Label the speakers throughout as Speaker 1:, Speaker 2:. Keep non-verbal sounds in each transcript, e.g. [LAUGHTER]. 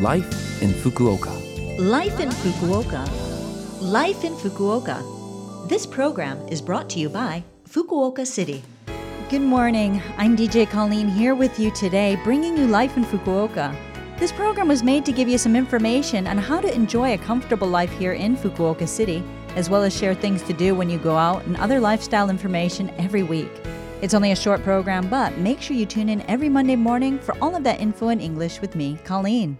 Speaker 1: Life in Fukuoka.
Speaker 2: Life in Fukuoka. Life in Fukuoka. This program is brought to you by Fukuoka City.
Speaker 3: Good morning. I'm DJ Colleen here with you today, bringing you Life in Fukuoka. This program was made to give you some information on how to enjoy a comfortable life here in Fukuoka City, as well as share things to do when you go out and other lifestyle information every week. It's only a short program, but make sure you tune in every Monday morning for all of that info in English with me, Colleen.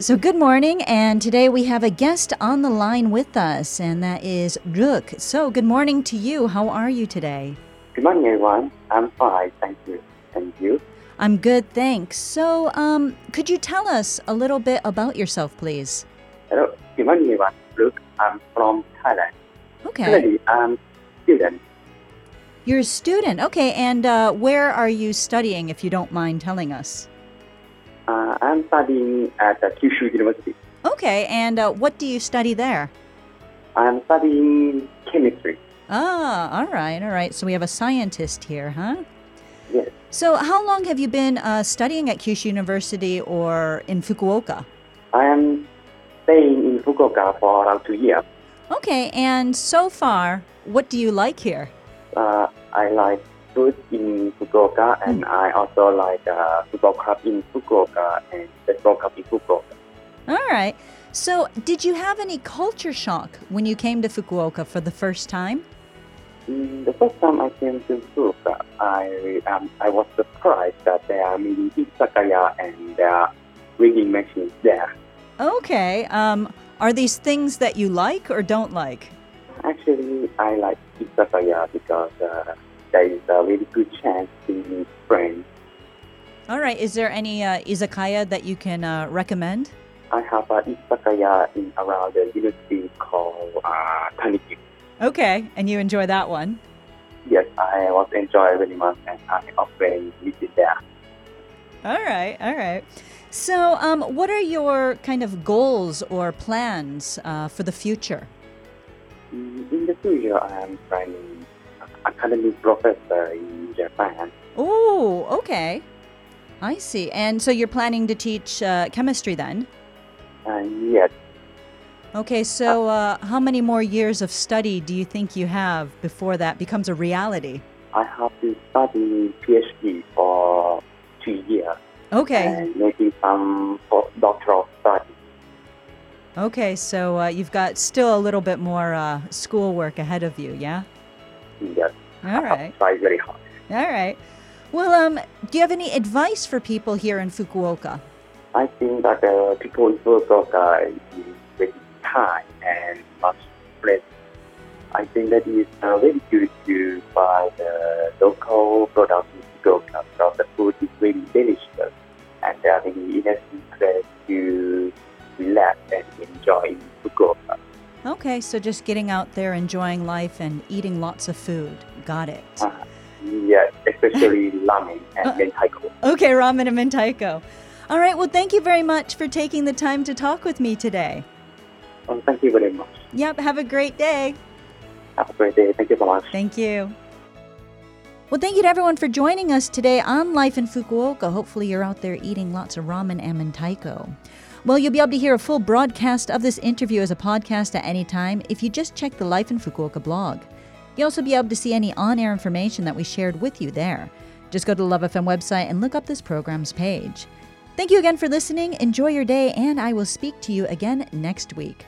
Speaker 3: So, good morning, and today we have a guest on the line with us, and that is Rook. So, good morning to you. How are you today?
Speaker 4: Good morning, everyone. I'm fine, thank you. And you?
Speaker 3: I'm good, thanks. So, um, could you tell us a little bit about yourself, please?
Speaker 4: Hello. Good morning, everyone. Look, I'm from Thailand.
Speaker 3: Okay.
Speaker 4: Currently, I'm student.
Speaker 3: You're a student. Okay, and uh, where are you studying, if you don't mind telling us?
Speaker 4: Uh, I'm studying at the Kyushu University.
Speaker 3: Okay, and uh, what do you study there?
Speaker 4: I'm studying chemistry.
Speaker 3: Ah, all right, all right. So, we have a scientist here, huh?
Speaker 4: Yes.
Speaker 3: So, how long have you been uh, studying at Kyushu University or in Fukuoka?
Speaker 4: I am staying in Fukuoka for around two years.
Speaker 3: Okay, and so far, what do you like here?
Speaker 4: Uh, I like food in Fukuoka, and I also like uh, football club in Fukuoka and baseball club in Fukuoka.
Speaker 3: All right. So, did you have any culture shock when you came to Fukuoka for the first time?
Speaker 4: Mm, the first time I came to Fukuoka, I um, I was surprised that there are many izakaya and there are vending machines there.
Speaker 3: Okay. Um, are these things that you like or don't like?
Speaker 4: Actually, I like izakaya because uh, there is a really good chance to meet friends.
Speaker 3: All right. Is there any uh, izakaya that you can uh, recommend?
Speaker 4: I have a izakaya in around the university called uh, Taniki.
Speaker 3: Okay. And you enjoy that one?
Speaker 4: Yes, I was enjoying very much, and I often visit there.
Speaker 3: All right. All right. So, um, what are your kind of goals or plans uh, for the future?
Speaker 4: Mm, In the future, I am planning academic professor in Japan.
Speaker 3: Oh, okay. I see. And so you're planning to teach uh, chemistry then?
Speaker 4: And yes,
Speaker 3: Okay, so uh, how many more years of study do you think you have before that becomes a reality?
Speaker 4: I have to study PhD for two years
Speaker 3: Okay,
Speaker 4: and maybe some for doctoral study.
Speaker 3: okay, so uh, you've got still a little bit more uh, schoolwork ahead of you, yeah?
Speaker 4: Yes, [LAUGHS]
Speaker 3: All right,
Speaker 4: I try very hard.
Speaker 3: all right. Well, um, do you have any advice for people here in Fukuoka?
Speaker 4: I think that uh, people in uh, Fukuoka is very kind and much friendly. I think that it's uh, very good to buy the local products in Fukuoka because the food is very delicious and uh, there are many interesting places to relax and enjoy in Fukuoka.
Speaker 3: Okay, so just getting out there, enjoying life, and eating lots of food. Got it.
Speaker 4: Uh, yes, especially ramen and mentaiko.
Speaker 3: Okay, ramen and mentaiko. All right, well, thank you very much for taking the time to talk with me today.
Speaker 4: Um, thank you very much.
Speaker 3: Yep, have a great day.
Speaker 4: Have a great day. Thank you so much.
Speaker 3: Thank you. Well, thank you to everyone for joining us today on Life in Fukuoka. Hopefully, you're out there eating lots of ramen and mentaiko. Well, you'll be able to hear a full broadcast of this interview as a podcast at any time if you just check the Life in Fukuoka blog. You'll also be able to see any on air information that we shared with you there. Just go to the Love FM website and look up this program's page. Thank you again for listening. Enjoy your day, and I will speak to you again next week.